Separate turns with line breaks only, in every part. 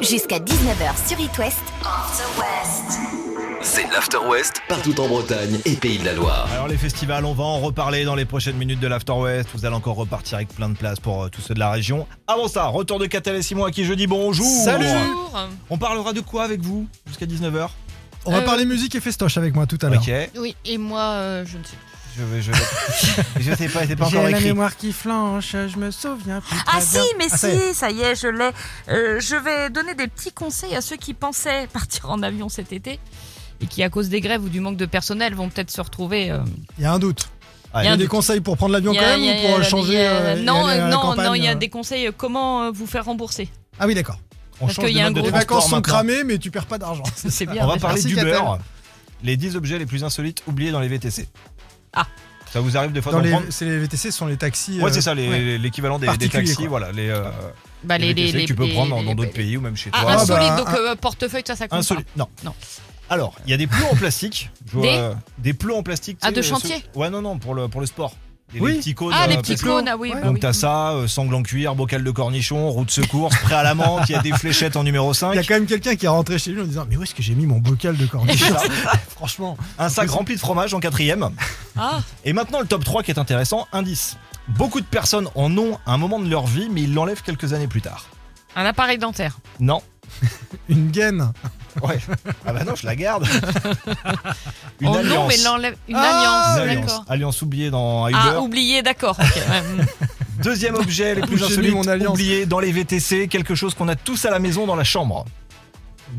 Jusqu'à 19h sur It West.
C'est l'After West, partout en Bretagne et Pays de la Loire.
Alors les festivals, on va en reparler dans les prochaines minutes de l'After West. Vous allez encore repartir avec plein de places pour euh, tous ceux de la région. Avant ça, retour de Catel et Simon à qui je dis bonjour.
Bonjour.
On parlera de quoi avec vous jusqu'à 19h
On va
Euh,
parler musique et festoche avec moi tout à l'heure.
Ok.
Oui, et moi, euh, je ne sais pas.
Je vais, je vais- je sais pas, c'est pas encore
J'ai la
écrit.
mémoire qui flanche, je me souviens plus
Ah
très
si,
bien.
mais
Ah, ça y est.
si, ça y est, je l'ai. Euh, je vais donner des petits conseils à ceux qui pensaient partir en avion cet été et qui, à cause des grèves ou du manque de personnel, vont peut-être se retrouver. euh,
Il y a un doute.
Ah,
Il y a
un
des
doute.
conseils pour prendre l'avion
il y
quand
a-
même
il y a-
ou pour
il y a-
changer
il y a-
euh, et
Non,
aller à la
non,
campagne,
non, il y a
euh.
des conseils euh, comment euh, vous faire rembourser.
Ah oui, d'accord.
On
parce
change
qu'il y
de
a un
mode de
gros-
Les
transport
vacances sont
maintenant.
cramées, mais tu perds pas d'argent.
C'est bien.
On va
déjà.
parler
Merci,
d'Uber.
Catel.
Les 10 objets les plus insolites oubliés dans les VTC.
Ah.
Ça vous arrive des fois
Dans
d'en
les,
prendre
c'est les VTC, ce sont les taxis.
Ouais,
euh,
c'est ça, les-
ouais.
les- l'équivalent des, des
Particuliers,
taxis,
quoi.
voilà. Les, euh,
Bah,
les VTC que tu peux
les-
prendre dans-
les-
dans d'autres
les-
pays ou même chez
Ah,
toi.
bah,
insolite, donc
un-
euh, portefeuille, ça, ça compte.
Insolite. Non.
Non.
Alors, il y a des plots en plastique. Je vois,
Des
euh, des plots en plastique. tu
Ah,
sais,
de
euh,
chantier
ceux- Ouais, non, non, pour le, pour le sport. Des
Oui.
des petits cônes.
pas. Ah, les
euh,
petits
plastiques.
clones, ah oui. bah
Donc
oui.
t'as ça, euh, sangle en cuir, bocal de cornichon, roue de secours, spray à la menthe, il y a des fléchettes en numéro
Il y a
5,
quand même quelqu'un qui est rentré chez lui en disant Mais où est-ce que j'ai mis mon bocal de cornichons Franchement.
un sac rempli de fromage en quatrième.
Ah,
Et maintenant le top 3 qui est intéressant, indice. Beaucoup de personnes en ont à un moment de leur vie, mais ils l'enlèvent quelques années plus tard.
Un appareil dentaire.
Non.
Une gaine.
Ouais. Ah bah non, je la garde. Une
Oh
alliance.
non, mais l'enlève. Une
Ah,
Une
alliance,
alliance.
d'accord.
Alliance oubliée dans Uber.
Ah, oublié, d'accord. ok, ouais, mm.
Deuxième objet, les plus
Ah, J'ai mis
insolites,
mon alliance.
oublié dans les VTC, quelque chose qu'on a tous à la maison dans la chambre.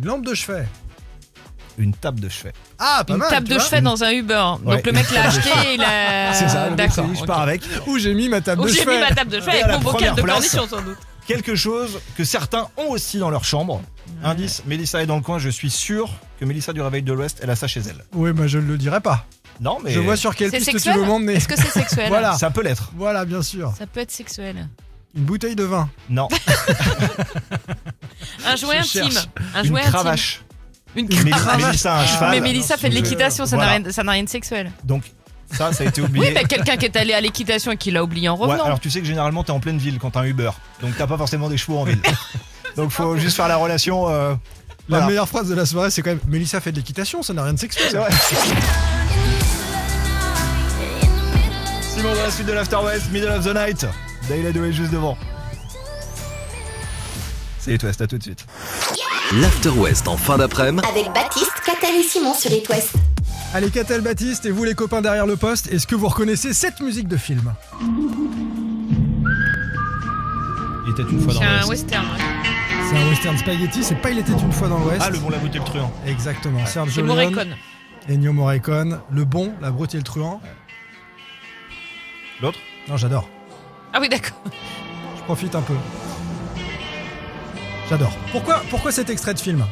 Une lampe de chevet.
Une table de chevet.
Ah, pas
Une
mal.
table
tu
de
vois.
chevet dans un Uber. hein.
Ouais.
Donc le mec l'a acheté, il a.
C'est ça, le mec s'est
Ah, D'accord.
dit, je
ok.
pars avec.
Où j'ai mis ma table
Où
de
j'ai
chevet.
mis ma table de
Et
chevet
à la
avec mon bocal
première
de
place.
cornichons, sans doute.
Quelque chose que certains ont aussi dans leur chambre. Indice, Mélissa est dans le coin, je suis sûr que Mélissa du Réveil de l'Ouest, elle a ça chez elle.
Oui, bah je ne le dirai pas.
Non, mais
Je vois sur quelle
C'est
piste tu
sexuel
veux m'emmener.
est-ce que c'est sexuel
Voilà.
ça peut l'être.
Voilà, bien sûr.
Ça peut être sexuel.
Une bouteille de vin.
Non,
Un jouet
Je
intime.
cherche.
Un
une
jouet intime.
cravache.
Une
Mél-
cravache.
Mélissa a un
Ah,
cheval.
Mais Mélissa fait de
Je-
l'équitation, ça n'a
voilà.
rien- ça n'a rien de sexuel.
Donc ça, ça a été oublié.
Oui, mais quelqu'un qui est allé à l'équitation et qui l'a oublié en
Ouais,
revenant.
alors tu sais que généralement t'es en pleine ville quand t'as un Uber, donc t'as pas forcément des chevaux en ville. Donc faut juste faire la relation. euh,
La
voilà.
meilleure phrase de la soirée, c'est quand même Mélissa fait de l'équitation, ça n'a rien de sexuel.
C'est vrai. Simon dans la suite de l'After West, Middle of the Night. Dayla Doe est juste devant. C'est West, à tout de suite.
L'After West en fin d'après-midi
Avec Baptiste, Catel et Simon sur It West.
Allez, Catel Baptiste et vous les copains derrière le poste, est-ce que vous reconnaissez cette musique de film
Il était une fois dans
C'est un
l'Ouest.
western. ouais.
C'est un western spaghetti, c'est pas Il était une fois dans l'Ouest.
Ah, le bon, la beauté, le truand.
Exactement, Sergio
C'est
Leone,
Morricone.
Ennio Morricone, Le Bon, La Brute et le Truand.
L'autre
Non, j'adore,
Ah oui, d'accord.
je profite un peu. J'adore. Pourquoi, pourquoi cet extrait de film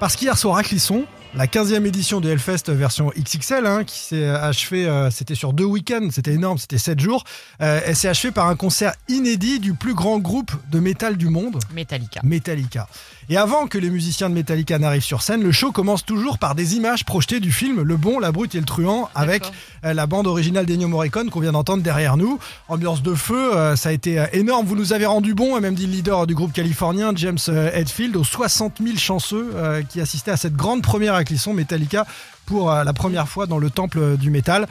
Parce qu'hier soir à Clisson, la 15e édition de Hellfest version XXL, hein, qui s'est achevée, euh, c'était sur deux week-ends, c'était énorme, c'était sept jours, euh, elle s'est achevée par un concert inédit du plus grand groupe de métal du monde.
Metallica.
Metallica. Et avant que les musiciens de Metallica n'arrivent sur scène, le show commence toujours par des images projetées du film Le Bon, la Brute et le Truand avec
D'accord.
euh, la bande originale d'Ennio Morricone qu'on vient d'entendre derrière nous. Ambiance de feu, euh, ça a été euh, énorme. Vous nous avez rendu bon, et même dit le leader du groupe californien, James euh, Hetfield, aux 60 000 chanceux euh, qui assistaient à cette grande première à Clisson Metallica pour euh, la première fois dans le temple euh, du métal.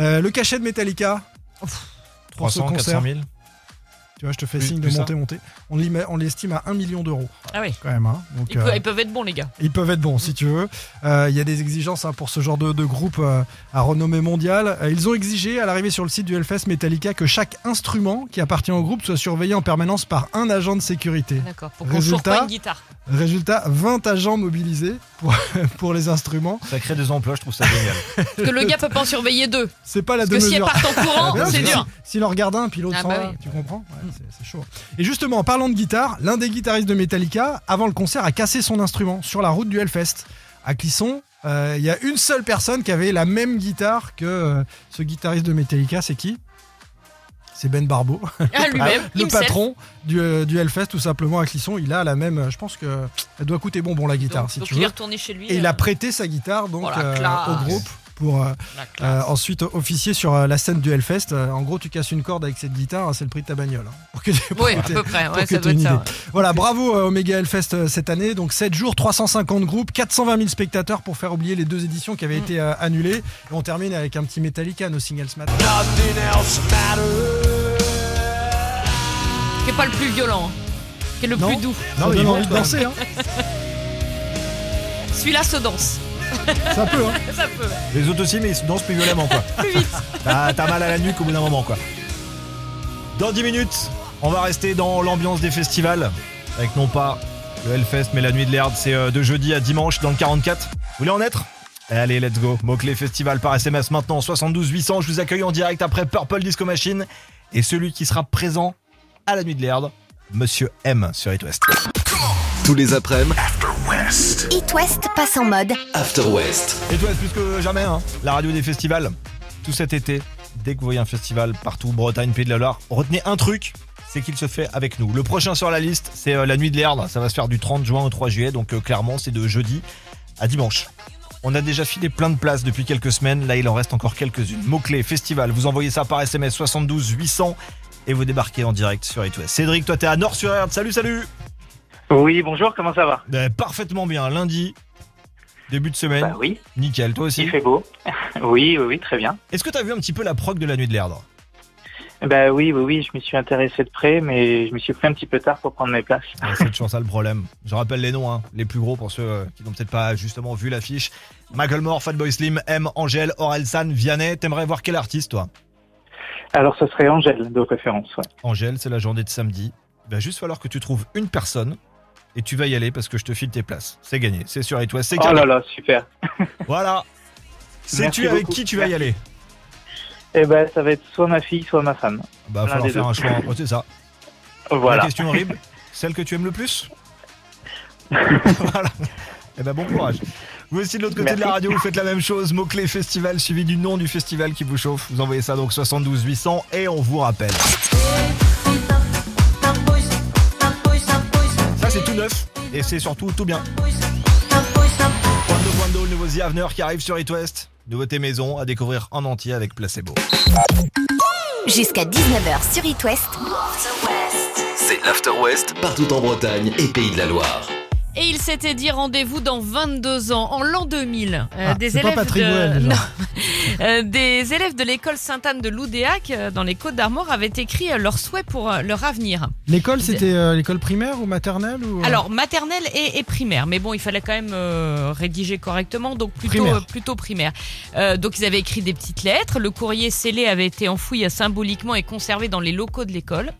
Euh, le cachet de Metallica. pff, 300 concerts.
000.
Tu vois, je te fais
Plus-
signe de
plus ça.
monter, monter. On l'ima- on l'estime à 1 million d'euros
Ah oui.
quand même. hein. Donc,
Ils,
euh,
peuvent, ils peuvent être bons, les gars.
ils peuvent être bons si tu veux. Euh, Il y a des exigences hein, pour ce genre de, de groupe euh, à renommée mondiale. Euh, ils ont exigé à l'arrivée sur le site du Hellfest Metallica que chaque instrument qui appartient au groupe soit surveillé en permanence par un agent de sécurité.
D'accord. Pour qu'on
Résultat
choure pas une guitare.
Résultat, 20 agents mobilisés pour, pour les instruments.
Ça crée des emplois, je trouve ça génial.
Parce que le gars peut pas en surveiller deux.
C'est pas la
Parce que si elles
demi-mesure.
partent en
Ah, mais
courant,
non,
c'est
si-
dur.
S'il en regarde un, puis l'autre
Ah
s'en
bah
va,
oui.
tu comprends Ouais, c'est- C'est chaud. Et justement, en parlant de guitare, l'un des guitaristes de Metallica, avant le concert, a cassé son instrument sur la route du Hellfest. À Clisson, euh, il y a une seule personne qui avait la même guitare que euh, ce guitariste de Metallica, c'est qui c'est Ben Barbeau,
Ah, lui-même.
le
himself.
patron du, euh, du Hellfest, tout simplement à Clisson. Il a la même, euh, je pense que euh, elle doit coûter bonbon la guitare,
Donc,
si
donc
tu
il est
veux.
retourné chez lui.
Et il
euh,
a prêté sa guitare donc
Oh, la
euh,
classe.
au groupe pour euh,
La classe.
euh, ensuite officier sur euh, la scène du Hellfest. Euh, en gros, tu casses une corde avec cette guitare, hein, c'est le prix de ta bagnole. hein, pour que- pour
Oui,
que
à
t'aies-
peu près.
pour
Ouais,
que
ça
t'aies
doit être
une
ça.
idée. Voilà, bravo euh, au Mega Hellfest euh, cette année. Donc 7 jours, 350 groupes, 420 000 spectateurs pour faire oublier les deux éditions qui avaient
Mm.
été euh, annulées. Et on termine avec un petit Metallica, nos singles ce matin.
ouais. Qui est pas le plus violent, hein. qui est le
Non.
plus doux.
Ça
mais
Ah, donne
il
envie de
monte,
danser, hein.
Celui-là se danse.
ça peut. Hein.
Ça peut.
Les autres aussi, mais ils se dansent plus violemment, quoi.
Plus vite.
T'as t'as mal à la nuque au bout d'un moment, quoi. Dans 10 minutes, on va rester dans l'ambiance des festivals. Avec non pas le Hellfest, mais la nuit de l'herbe. C'est euh, de jeudi à dimanche dans le 44. Vous voulez en être Allez, let's go. Mot-clé festival par SMS maintenant, 72 800. Je vous accueille en direct après Purple Disco Machine. Et celui qui sera présent à la nuit de l'herbe, Monsieur M sur It West.
Tous les après-midi,
It West passe en mode.
After West.
Et toi, plus que jamais, hein, la radio des festivals, tout cet été, dès que vous voyez un festival partout, Bretagne, Pays de la Loire, retenez un truc, c'est qu'il se fait avec nous. Le prochain sur la liste, c'est euh, la nuit de l'herbe, ça va se faire du 30 juin au 3 juillet, donc euh, clairement c'est de jeudi à dimanche. On a déjà filé plein de places depuis quelques semaines, là il en reste encore quelques-unes. Mots-clés, festival, vous envoyez ça par SMS 72 800 et vous débarquez en direct sur It West. Cédric, toi t'es à Nord-sur-Erde, salut, salut
Oui, bonjour, comment ça va
Ben, Parfaitement bien, lundi, début de semaine,
Bah oui,
nickel, toi aussi.
il fait beau. oui, oui, oui, très bien.
Est-ce que t'as vu un petit peu la prog de la nuit de l'herbe
Bah oui, oui, oui, je me suis intéressé de près, mais je me suis pris un petit peu tard pour prendre mes places.
Ouais, C'est toujours ça le problème. Je rappelle les noms, hein, les plus gros pour ceux euh, qui n'ont peut-être pas justement vu l'affiche. Michael Moore, Fatboy Slim, M, Angèle, Orelsan, Vianney. T'aimerais voir quel artiste, toi
Alors, ce serait Angèle, de préférence, ouais.
Angèle, c'est la journée de samedi. Il va juste falloir que tu trouves une personne et tu vas y aller parce que je te file tes places. C'est gagné, c'est sûr. Et toi, c'est
Oh
gagné.
là là, super.
Voilà.
Merci
Sais-tu avec
beaucoup.
qui tu vas y aller
Eh ben, ça va être soit ma fille, soit ma femme.
Bah, va
L'un
falloir
des
faire
deux.
un choix. entre- c'est ça. La
Voilà.
question horrible. Celle que tu aimes le plus Voilà. Eh ben bon courage. Vous aussi de l'autre côté de la
Merci.
radio, vous faites la même chose. Mot-clé festival suivi du nom du festival qui vous chauffe. Vous envoyez ça donc 72 800 et on vous rappelle. Ça c'est tout neuf et c'est surtout tout bien. Quando Quando, le nouveau The Avener qui arrive sur It West. Nouveauté maison à découvrir en entier avec Placebo.
Jusqu'à 19h sur It West.
C'est l'After West partout en Bretagne et Pays de la Loire.
Et il s'était dit rendez-vous dans 22 ans, en l'an 2000. Euh,
Ah,
des,
c'est pas
élèves
Patrick
de...
Bruel, déjà.
Non. Euh, des élèves de l'école Sainte-Anne de Loudéac, euh, dans les Côtes d'Armor, avaient écrit euh, leurs souhaits pour euh, leur avenir.
L'école, c'était euh, l'école primaire ou maternelle ou, euh,
Alors, maternelle et, et primaire. Mais bon, il fallait quand même euh, rédiger correctement, donc plutôt
Primaire.
primaire. plutôt primaire. Euh, donc, ils avaient écrit des petites lettres. Le courrier scellé avait été enfoui euh, symboliquement et conservé dans les locaux de l'école.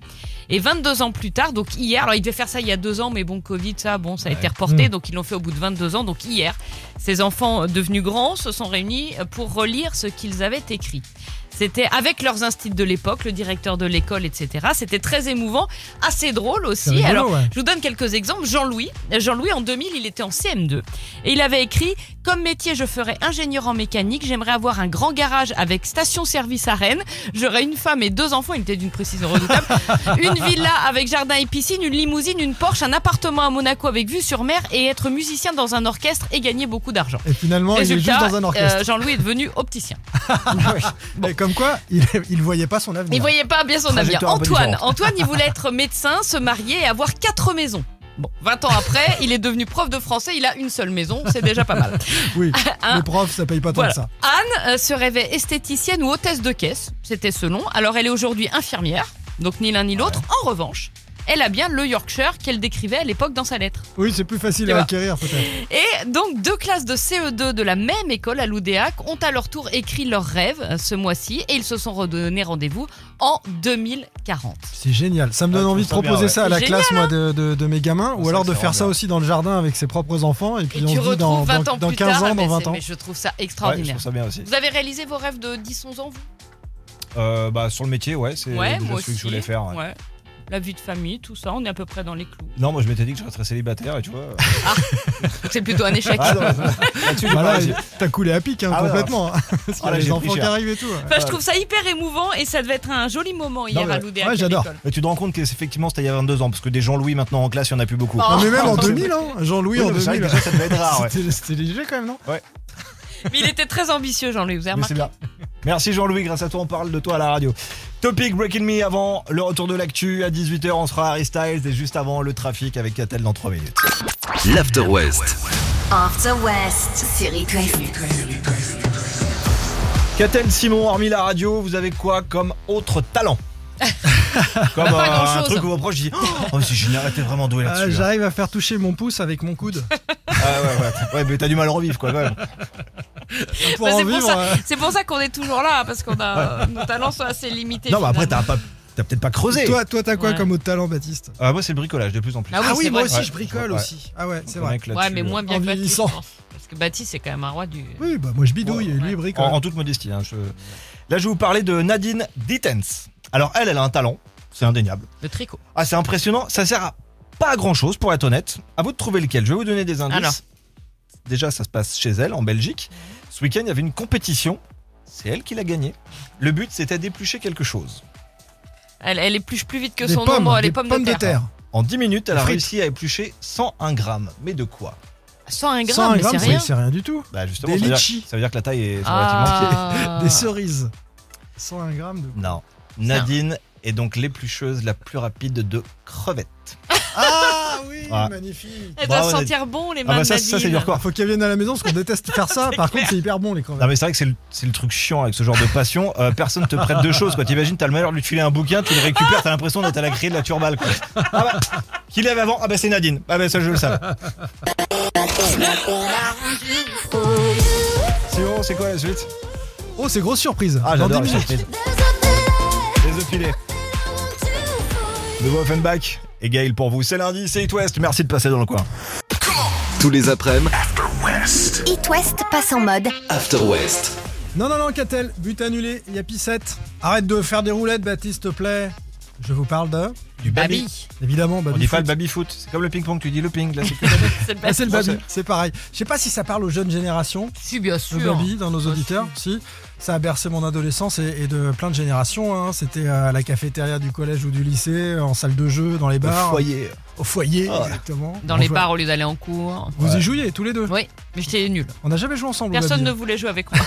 Et 22 ans plus tard, donc hier, alors ils devaient faire ça il y a deux ans, mais bon, Covid, ça, bon, ça a été reporté,
Hmm.
donc ils l'ont fait au bout de 22 ans. Donc hier, ces enfants euh, devenus grands se sont réunis euh, pour relire ce qu'ils avaient écrit. C'était avec leurs instits de l'époque, le directeur de l'école, etc. C'était très émouvant, assez drôle aussi.
c'est rigolo,
alors,
ouais.
je vous donne quelques exemples. Jean-Louis, euh, Jean-Louis en 2000, il était en CM2 et il avait écrit comme métier, je ferai ingénieur en mécanique. J'aimerais avoir un grand garage avec station-service à Rennes. J'aurais une femme et deux enfants. Il était d'une précision redoutable. une villa avec jardin et piscine, une limousine, une Porsche, un appartement à Monaco avec vue sur mer et être musicien dans un orchestre et gagner beaucoup d'argent.
Et finalement, Oh, il est
Résultat,
juste dans un orchestre.
euh, Jean-Louis est devenu opticien.
Et comme quoi, il, il voyait pas son avenir.
Il voyait pas bien son avenir.
Trajectoire un peu
Antoine,
différente.
Antoine, il voulait être médecin, se marier et avoir quatre maisons. Bon, 20 ans après, il est devenu prof de français, il a une seule maison, c'est déjà pas mal.
Oui,
Hein
les profs, ça paye pas tant
Voilà.
que ça.
Anne euh, se rêvait esthéticienne ou hôtesse de caisse, c'était selon. Alors elle est aujourd'hui infirmière, donc ni l'un ni l'autre. En revanche, elle a bien le Yorkshire qu'elle décrivait à l'époque dans sa lettre.
Oui, c'est plus facile
Tu
à
vois.
acquérir peut-être.
Et donc deux classes de CE2 de la même école à l'Oudéac ont à leur tour écrit leurs rêves euh, ce mois-ci et ils se sont redonnés rendez-vous en 2040.
C'est génial. Ça me donne
Ouais, je
envie de
trouve ça
proposer
bien, ouais.
ça à la
Génial,
classe, moi, de, de- de mes gamins,
Ça,
ou alors de
ça
faire
rend
ça
bien.
aussi dans le jardin avec ses propres enfants, et puis
Et
on
tu
se dit dans,
retrouves 20
dans-
ans
dans
plus
15
tard, Ah,
ans,
mais
dans 20
c'est-
ans.
mais je trouve ça
Ouais, je
extraordinaire.
trouve ça bien aussi.
Vous avez réalisé vos rêves de 10-11 ans, vous
Euh, bah, sur le métier, ouais, c'est
Ouais,
déjà celui
moi
que je
aussi.
voulais faire. ouais.
Ouais. La vie de famille, tout ça, on est à peu près dans les clous.
Non, moi je m'étais dit que je resterais célibataire et tu vois. euh,
C'est plutôt un échec.
ah, non, là-dessus, j'ai pas
Voilà,
réussi.
t'as coulé à pic hein,
Ah ouais,
complètement. hein. Parce qu'il y
Ah,
a
là, j'ai
les
pris
enfants qui
cher.
arrivent et tout. ouais.
Enfin, je trouve ça hyper émouvant et ça devait être un joli moment hier
mais-
à l'Oudéa.
ouais, j'adore.
Mais tu te rends compte que c'est- effectivement c'était il y a 22 ans parce que des Jean-Louis maintenant en classe il y en a plus beaucoup.
Oh.
Non, mais même en
c'est-
2000, hein, Jean-Louis
Oui,
en
non, mais c'est vrai que
2000.
déjà, ça devait être rare. ouais.
C'était c'était léger quand même, non
Mais il était très ambitieux, Jean-Louis. Vous avez
Mais c'est
remarqué
bien. Merci Jean-Louis, grâce à toi on parle de toi à la radio. Topic Breaking Me avant le retour de l'actu à 18h, on sera à Harry Styles et juste avant le trafic avec Catel dans 3 minutes.
l'After West.
After West sur It West.
Catel Simon, hormis la radio, vous avez quoi comme autre talent Comme
Pas
euh, un
grand-chose.
truc où on reproche, je dis Oh, mais c'est génial, t'es vraiment doué
Ah,
là-dessus. hein.
J'arrive à faire toucher mon pouce avec mon coude.
Ah, ouais, ouais, ouais, mais t'as du mal à revivre quoi, quand même.
Pour
Bah,
en
c'est pour
vivre,
ça.
euh,
C'est pour ça qu'on est toujours là, parce qu'on a nos talents sont assez limités.
Non, mais après,
finalement.
t'as pas- t'as peut-être pas creusé.
toi, toi, t'as quoi
Ouais.
comme autre talent, Baptiste
Ah, moi, c'est le bricolage de plus en plus.
Ah oui, c'est
moi
vrai.
aussi,
Ouais,
je bricole
ouais.
aussi. Ah ouais, c'est
Le
vrai.
mec là-dessus,
Ouais, mais moins bien
en
que Baptiste,
vieillissant.
je pense. Parce que Baptiste, c'est quand même un roi du.
Oui, bah moi je bidouille et lui
Ouais.
il
En,
bricole.
en toute modestie. hein, je- Là, je vais vous parler de Nadine Dittens. Alors, elle, elle a un talent, c'est indéniable.
Le tricot.
Ah, c'est impressionnant, ça sert à pas à grand chose, pour être honnête. À vous de trouver lequel. Je vais vous donner des indices.
Alors.
Déjà, ça se passe chez elle, en Belgique. Ce week-end, il y avait une compétition. C'est elle qui l'a gagnée. Le but, c'était d'éplucher quelque chose.
Elle, elle épluche plus vite que
Des
son
pommes,
ombre, les
des
pommes, de terre.
En 10 minutes, elle a
Frites.
réussi à éplucher 101 grammes. Mais de quoi
101
Sans un
grammes, mais
gramme,
c'est
c'est
rien.
c'est rien du tout.
Bah, justement,
Des
ça veut,
litchis.
dire, ça veut dire que la taille est relativement
Ah.
Des cerises. 101 grammes de.
Non. Nadine est donc l'éplucheuse la plus rapide de crevettes.
Ah oui,
Ouais.
magnifique.
Elle doit
Bravo,
sentir bon les mains
Ah bah
de
ça, ça c'est
Nadine.
du record.
Faut qu'elle vienne à la maison parce qu'on déteste faire ça. Par contre, c'est hyper bon les
Non
crevettes.
mais c'est vrai que c'est le, c'est le truc chiant avec ce genre de passion. Euh, personne te prête deux choses quoi. T'imagines t'as le malheur de lui filer un bouquin, tu le récupères, t'as l'impression d'être à la créée de la turbale quoi. Ah bah, qui l'avait avant Ah bah c'est Nadine. Ah bah ça je le savais. C'est bon, c'est quoi la suite
Oh, c'est grosse surprise.
Ah
Dans
j'adore
10
les
minutes.
surprises. Les opilés. Nouveau Offenbach et Gail pour vous. C'est lundi, c'est It West. Merci de passer dans le coin.
Tous les après-midi,
It West passe en mode
After West.
Non, non, non, Catel, but annulé, il y a Pissette. Arrête de faire des roulettes, Baptiste, s'il te plaît. Je vous parle de.
Du baby.
Babi.
Évidemment,
On
Baby.
dit pas
foot.
le baby foot. C'est comme le ping pong, tu dis le ping. Là, c'est que-
C'est le
Ah, c'est le
best.
baby, c'est pareil. Je sais pas si ça parle aux jeunes générations,
Si, bien
le
sûr.
baby dans nos auditeurs, si. Ça a bercé mon adolescence et, et de plein de générations. hein. C'était à la cafétéria du collège ou du lycée, en salle de jeu, dans les
Le
bars.
foyer.
Au foyer,
Ah.
exactement.
Dans
On
les
jouait-
bars, au lieu d'aller en cours.
Vous
Ouais.
y jouiez tous les deux.
Oui, mais j'étais nul.
On n'a jamais joué ensemble. au
Personne ne
baby.
voulait jouer avec moi.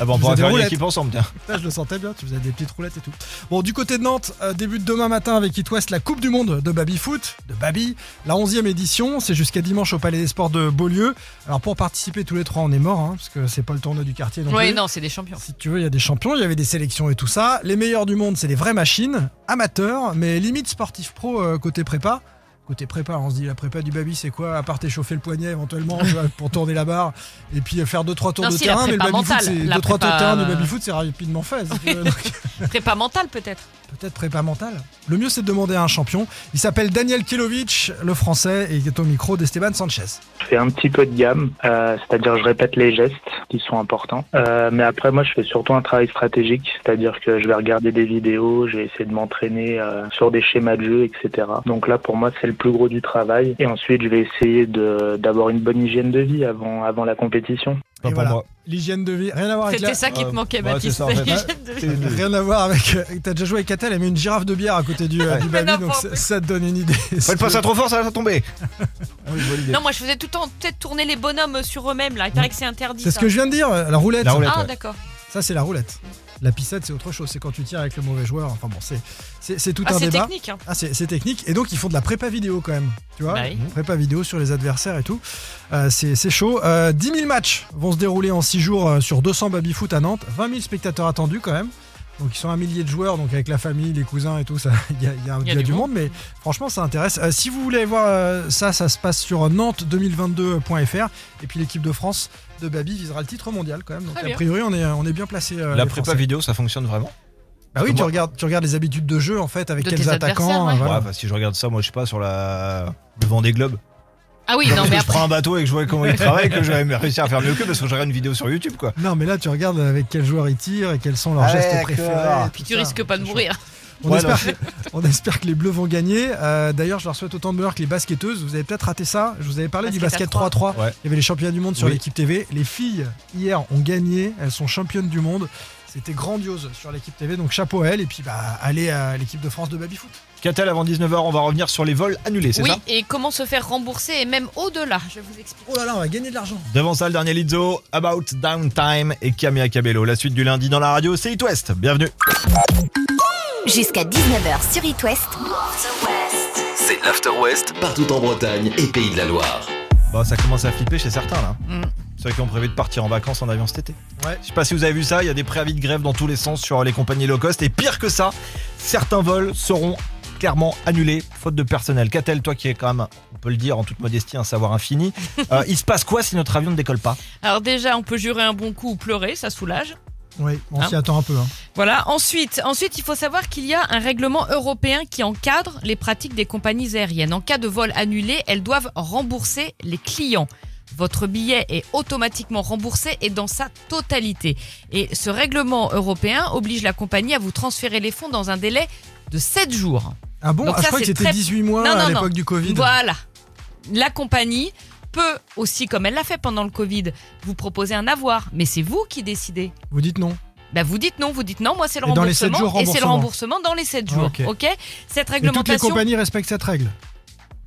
Ah bon, on
Vous
pourra
avez
faire une
roulette.
équipe ensemble, tiens.
Là, Ah, je le sentais bien, tu faisais des petites roulettes et tout. Bon, du côté de Nantes, euh, débute demain matin avec It West la Coupe du Monde de Baby Foot, de Baby, la 11e édition. C'est jusqu'à dimanche au Palais des Sports de Beaulieu. Alors, pour participer tous les trois, on est mort, hein, parce que c'est pas le tournoi du quartier. non
Oui,
plus.
non, c'est des champions.
Si tu veux, il y a des champions, il y avait des sélections et tout ça. Les meilleurs du monde, c'est des vraies machines, amateurs, mais limite sportif pro euh, côté prépa. Côté prépa, on se dit la prépa du baby, c'est quoi À part t'échauffer le poignet éventuellement tu vois, pour tourner la barre et puis euh, faire 2-3 tours
Non,
de
si, la
terrain. Mais le
prépa
baby foot,
mentale,
c'est
la
2-3 tours de
prépa,
terrain du
euh,
baby foot, c'est rapidement fait. si tu veux. Donc,
Prépa mentale, peut-être.
Peut-être prépa mentale. Le mieux, c'est de demander à un champion. Il s'appelle Daniel Kilovic, le français, et il est au micro d'Esteban Sanchez.
Je fais un petit peu de gamme, euh, c'est-à-dire je répète les gestes qui sont importants. Euh, mais après, moi, je fais surtout un travail stratégique, c'est-à-dire que je vais regarder des vidéos, je vais essayer de m'entraîner euh, sur des schémas de jeu, etc. Donc là, pour moi, c'est le plus gros du travail. Et ensuite, je vais essayer de- d'avoir une bonne hygiène de vie avant, avant la compétition.
Pas
Et
pour
voilà.
moi.
L'hygiène de vie, rien à voir avec la...
C'était ça qui te
euh,
manquait,
ouais, c'est
Baptiste.
ça, en fait.
Je-
Rien à voir avec. euh, T'as déjà joué avec Catel, elle met une girafe de bière à côté du, euh, du
Mais
baby, donc
n'importe
ça,
quoi.
ça te donne une idée.
Faites pas ça trop fort, ça va tomber.
Non, moi je faisais tout le temps peut-être tourner les bonhommes sur eux-mêmes là. Il paraît que c'est interdit.
C'est ce
ça.
que je viens de dire, euh, la roulette.
hein. La roulette.
Ah,
ouais.
d'accord.
Ça, c'est la roulette. La pissette, c'est autre chose. C'est quand tu tires avec le mauvais joueur. Enfin bon, c'est- c'est c'est tout
Ah,
un
c'est
débat.
technique. hein.
Ah, c'est c'est technique. Et donc, ils font de la prépa vidéo quand même. Tu vois
Bah oui.
Prépa vidéo sur les adversaires et tout. Euh, c'est c'est chaud. Euh, 10 000 matchs vont se dérouler en 6 jours euh, sur 200 baby-foot à Nantes. 20 000 spectateurs attendus quand même. Donc, ils sont un millier de joueurs. Donc, avec la famille, les cousins et tout, ça, il y a, il y a- il y a du monde. Mais franchement, ça intéresse. Euh, si vous voulez voir euh, ça, ça se passe sur nantes2022.fr. Et puis, l'équipe de France de baby visera le titre mondial quand même. Donc,
Très
a
bien.
priori, on est, on est bien placé. euh,
La
les
prépa
Français.
vidéo, ça fonctionne vraiment
Bah oui,
Parce que
tu
moi-
regardes, tu regardes les habitudes de jeu en fait, avec
De
quels
tes
attaquants.
adversaires, ouais.
euh, voilà.
Ouais, bah, si je regarde ça, moi, je sais pas, sur la... le Vendée Globe.
Ah oui, non,
Parce
mais
que je
après.
prends un bateau et que je vois comment il travaille, que j'aurais réussi à faire mieux que parce que je regarde une vidéo sur YouTube, quoi.
Non, mais là, tu regardes avec quel joueur ils tirent et quels sont leurs
Ah ouais,
gestes
d'accord.
préférés.
Puis
tout
tu
ça.
risques pas de
C'est
mourir.
chaud. On,
Ouais,
espère, on espère que les Bleus vont gagner. Euh, D'ailleurs, je leur souhaite autant de bonheur que les basketteuses. Vous avez peut-être raté ça. Je vous avais parlé du
Basket à
basket
trois.
3-3.
Ouais.
Il y avait les championnats du monde sur
Oui.
l'équipe TV. Les filles, hier, ont gagné. Elles sont championnes du monde. C'était grandiose sur l'équipe TV, donc chapeau à elle. Et puis, bah, allez à l'équipe de France de baby-foot.
Catel, avant 19h, on va revenir sur les vols annulés, c'est
Oui,
ça
et comment se faire rembourser et même au-delà. Je vais vous explique.
Oh là là, on va gagner de l'argent.
Devant ça, le dernier Lizzo, About Downtime et Camilla Cabello. La suite du lundi dans la radio, c'est It West. Bienvenue.
Jusqu'à 19h sur It West.
C'est l'After West partout en Bretagne et Pays de la Loire.
Bon, Bah, ça commence à flipper chez certains, là.
Mm.
Ceux qui ont prévu de partir en vacances en avion cet été.
Ouais.
Je sais pas si vous avez vu ça, il y a des préavis de grève dans tous les sens sur les compagnies low cost. Et pire que ça, certains vols seront clairement annulés, faute de personnel. Catel, toi qui es quand même, on peut le dire en toute modestie, un savoir infini, euh, il se passe quoi si notre avion ne décolle pas
Alors déjà, on peut jurer un bon coup ou pleurer, ça soulage.
Oui, on
Hein
s'y attend un peu. hein.
Voilà. Ensuite, ensuite, il faut savoir qu'il y a un règlement européen qui encadre les pratiques des compagnies aériennes. En cas de vol annulé, elles doivent rembourser les clients. Votre billet est automatiquement remboursé et dans sa totalité. Et ce règlement européen oblige la compagnie à vous transférer les fonds dans un délai de 7 jours.
Ah bon
Donc
Ah, Je
ça,
crois que
c'est
c'était
très-
18 mois
Non, non,
à
non.
l'époque du Covid.
Voilà. La compagnie peut aussi, comme elle l'a fait pendant le Covid, vous proposer un avoir, mais c'est vous qui décidez.
Vous dites non.
Bah vous dites non, vous dites non, moi c'est le
Et dans les
remboursement
sept jours,
et c'est le
remboursement.
remboursement dans les 7
Ah,
jours.
ok.
OK Cette
Et toutes les
réglementation
compagnies respectent cette règle.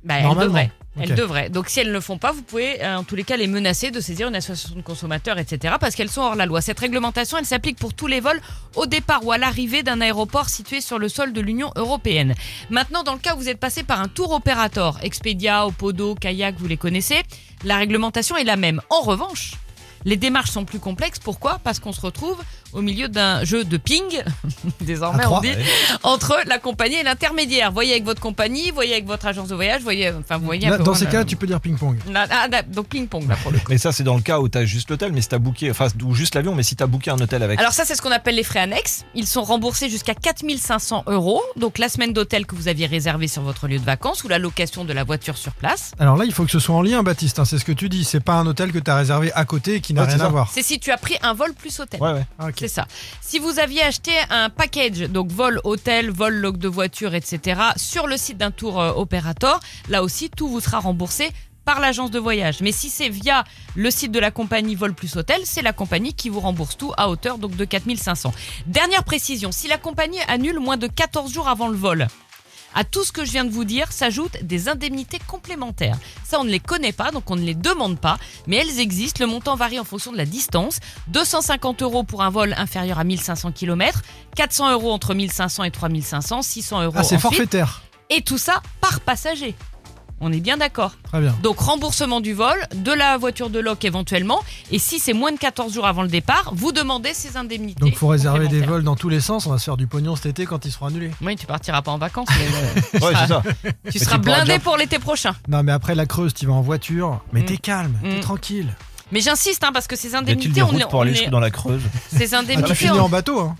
bah, elle
Normalement.
devrait.
Ok.
Elle devrait. Donc si elles ne le font pas, vous pouvez euh, en tous les cas les menacer de saisir une association de consommateurs, etc. Parce qu'elles sont hors la loi. Cette réglementation, elle s'applique pour tous les vols au départ ou à l'arrivée d'un aéroport situé sur le sol de l'Union européenne. Maintenant, dans le cas où vous êtes passé par un tour opérateur, Expedia, Opodo, Kayak, vous les connaissez, la réglementation est la même. En revanche, les démarches sont plus complexes. Pourquoi Parce qu'on se retrouve au milieu d'un jeu de ping. Désormais,
À
Bah, on
trois,
dit entre la compagnie et l'intermédiaire. Voyez avec votre compagnie, voyez avec votre agence de voyage, voyez. euh, Enfin, vous voyez. un
Là,
Eh peu
dans
où
ces
on a-
cas, tu peux dire ping-pong.
Là, là, là, donc ping pong là pour le coup.
Mais ça, c'est dans le cas où t'as juste l'hôtel, mais si t'as booké, enfin, ou juste l'avion, mais si t'as booké un hôtel avec.
Alors ça c'est ce qu'on appelle les frais annexes. Ils sont remboursés jusqu'à 4500 euros. Donc la semaine d'hôtel que vous aviez réservée sur votre lieu de vacances ou la location de la voiture sur place.
Alors là, il faut que ce soit en lien, Baptiste. hein, c'est ce que tu dis. C'est pas un hôtel que tu as réservé à côté et qui n'a
Ouais,
rien
c'est
à
ça.
voir.
C'est si tu as pris un vol plus hôtel.
Ouais, ouais.
Ah, ok.
C'est ça. Si vous aviez acheté un package, donc vol hôtel, vol log de voiture, etc., sur le site d'un tour euh, opérateur, là aussi, tout vous sera remboursé par l'agence de voyage. Mais si c'est via le site de la compagnie Vol plus Hôtel, c'est la compagnie qui vous rembourse tout à hauteur donc de 4500. Dernière précision, si la compagnie annule moins de 14 jours avant le vol, à tout ce que je viens de vous dire s'ajoutent des indemnités complémentaires. Ça, on ne les connaît pas, donc on ne les demande pas, mais elles existent. Le montant varie en fonction de la distance. 250 euros pour un vol inférieur à 1500 km, 400 euros entre 1500 et 3500, 600 euros
Ah, c'est
ensuite.
forfaitaire.
et tout ça par passager. On est bien d'accord.
Très bien.
Donc remboursement du vol, de la voiture de loc éventuellement, et si c'est moins de 14 jours avant le départ, vous demandez ces indemnités.
Donc, faut réserver des
complémentaires.
vols dans tous les sens. On va se faire du pognon cet été quand ils seront annulés.
Oui, tu partiras pas en vacances,
Ouais, c'est ça.
mais
tu
tu seras
pourras
blindé
déjà-
pour l'été prochain.
Non, mais après la Creuse, tu vas en voiture. Mais
Mm.
t'es calme, t'es
Mm.
tranquille.
Mais j'insiste, hein, parce que ces
Y a-t-il des
indemnités, on, les-
routes pour
on
aller
les-
jusque dans la Creuse
ces,
Ah, tu
indemnités
finis en
on,
bateau. Hein.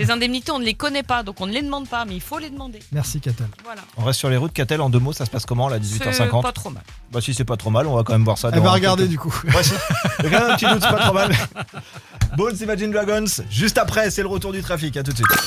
ces indemnités, on ne les connaît pas, donc on ne les demande pas, mais il faut les demander.
Merci, Catal.
Voilà.
On reste sur les routes, Catel, en deux mots, ça se passe comment, là, à
C'est
18h50
pas Eh ben, trop mal.
Bah, si c'est pas trop mal, on va quand même voir ça.
Elle va regarder du coup.
Ouais, c'est- il y a quand même un petit doute, c'est pas trop mal. Balls Imagine Dragons, juste après, c'est le retour du trafic, à tout de suite.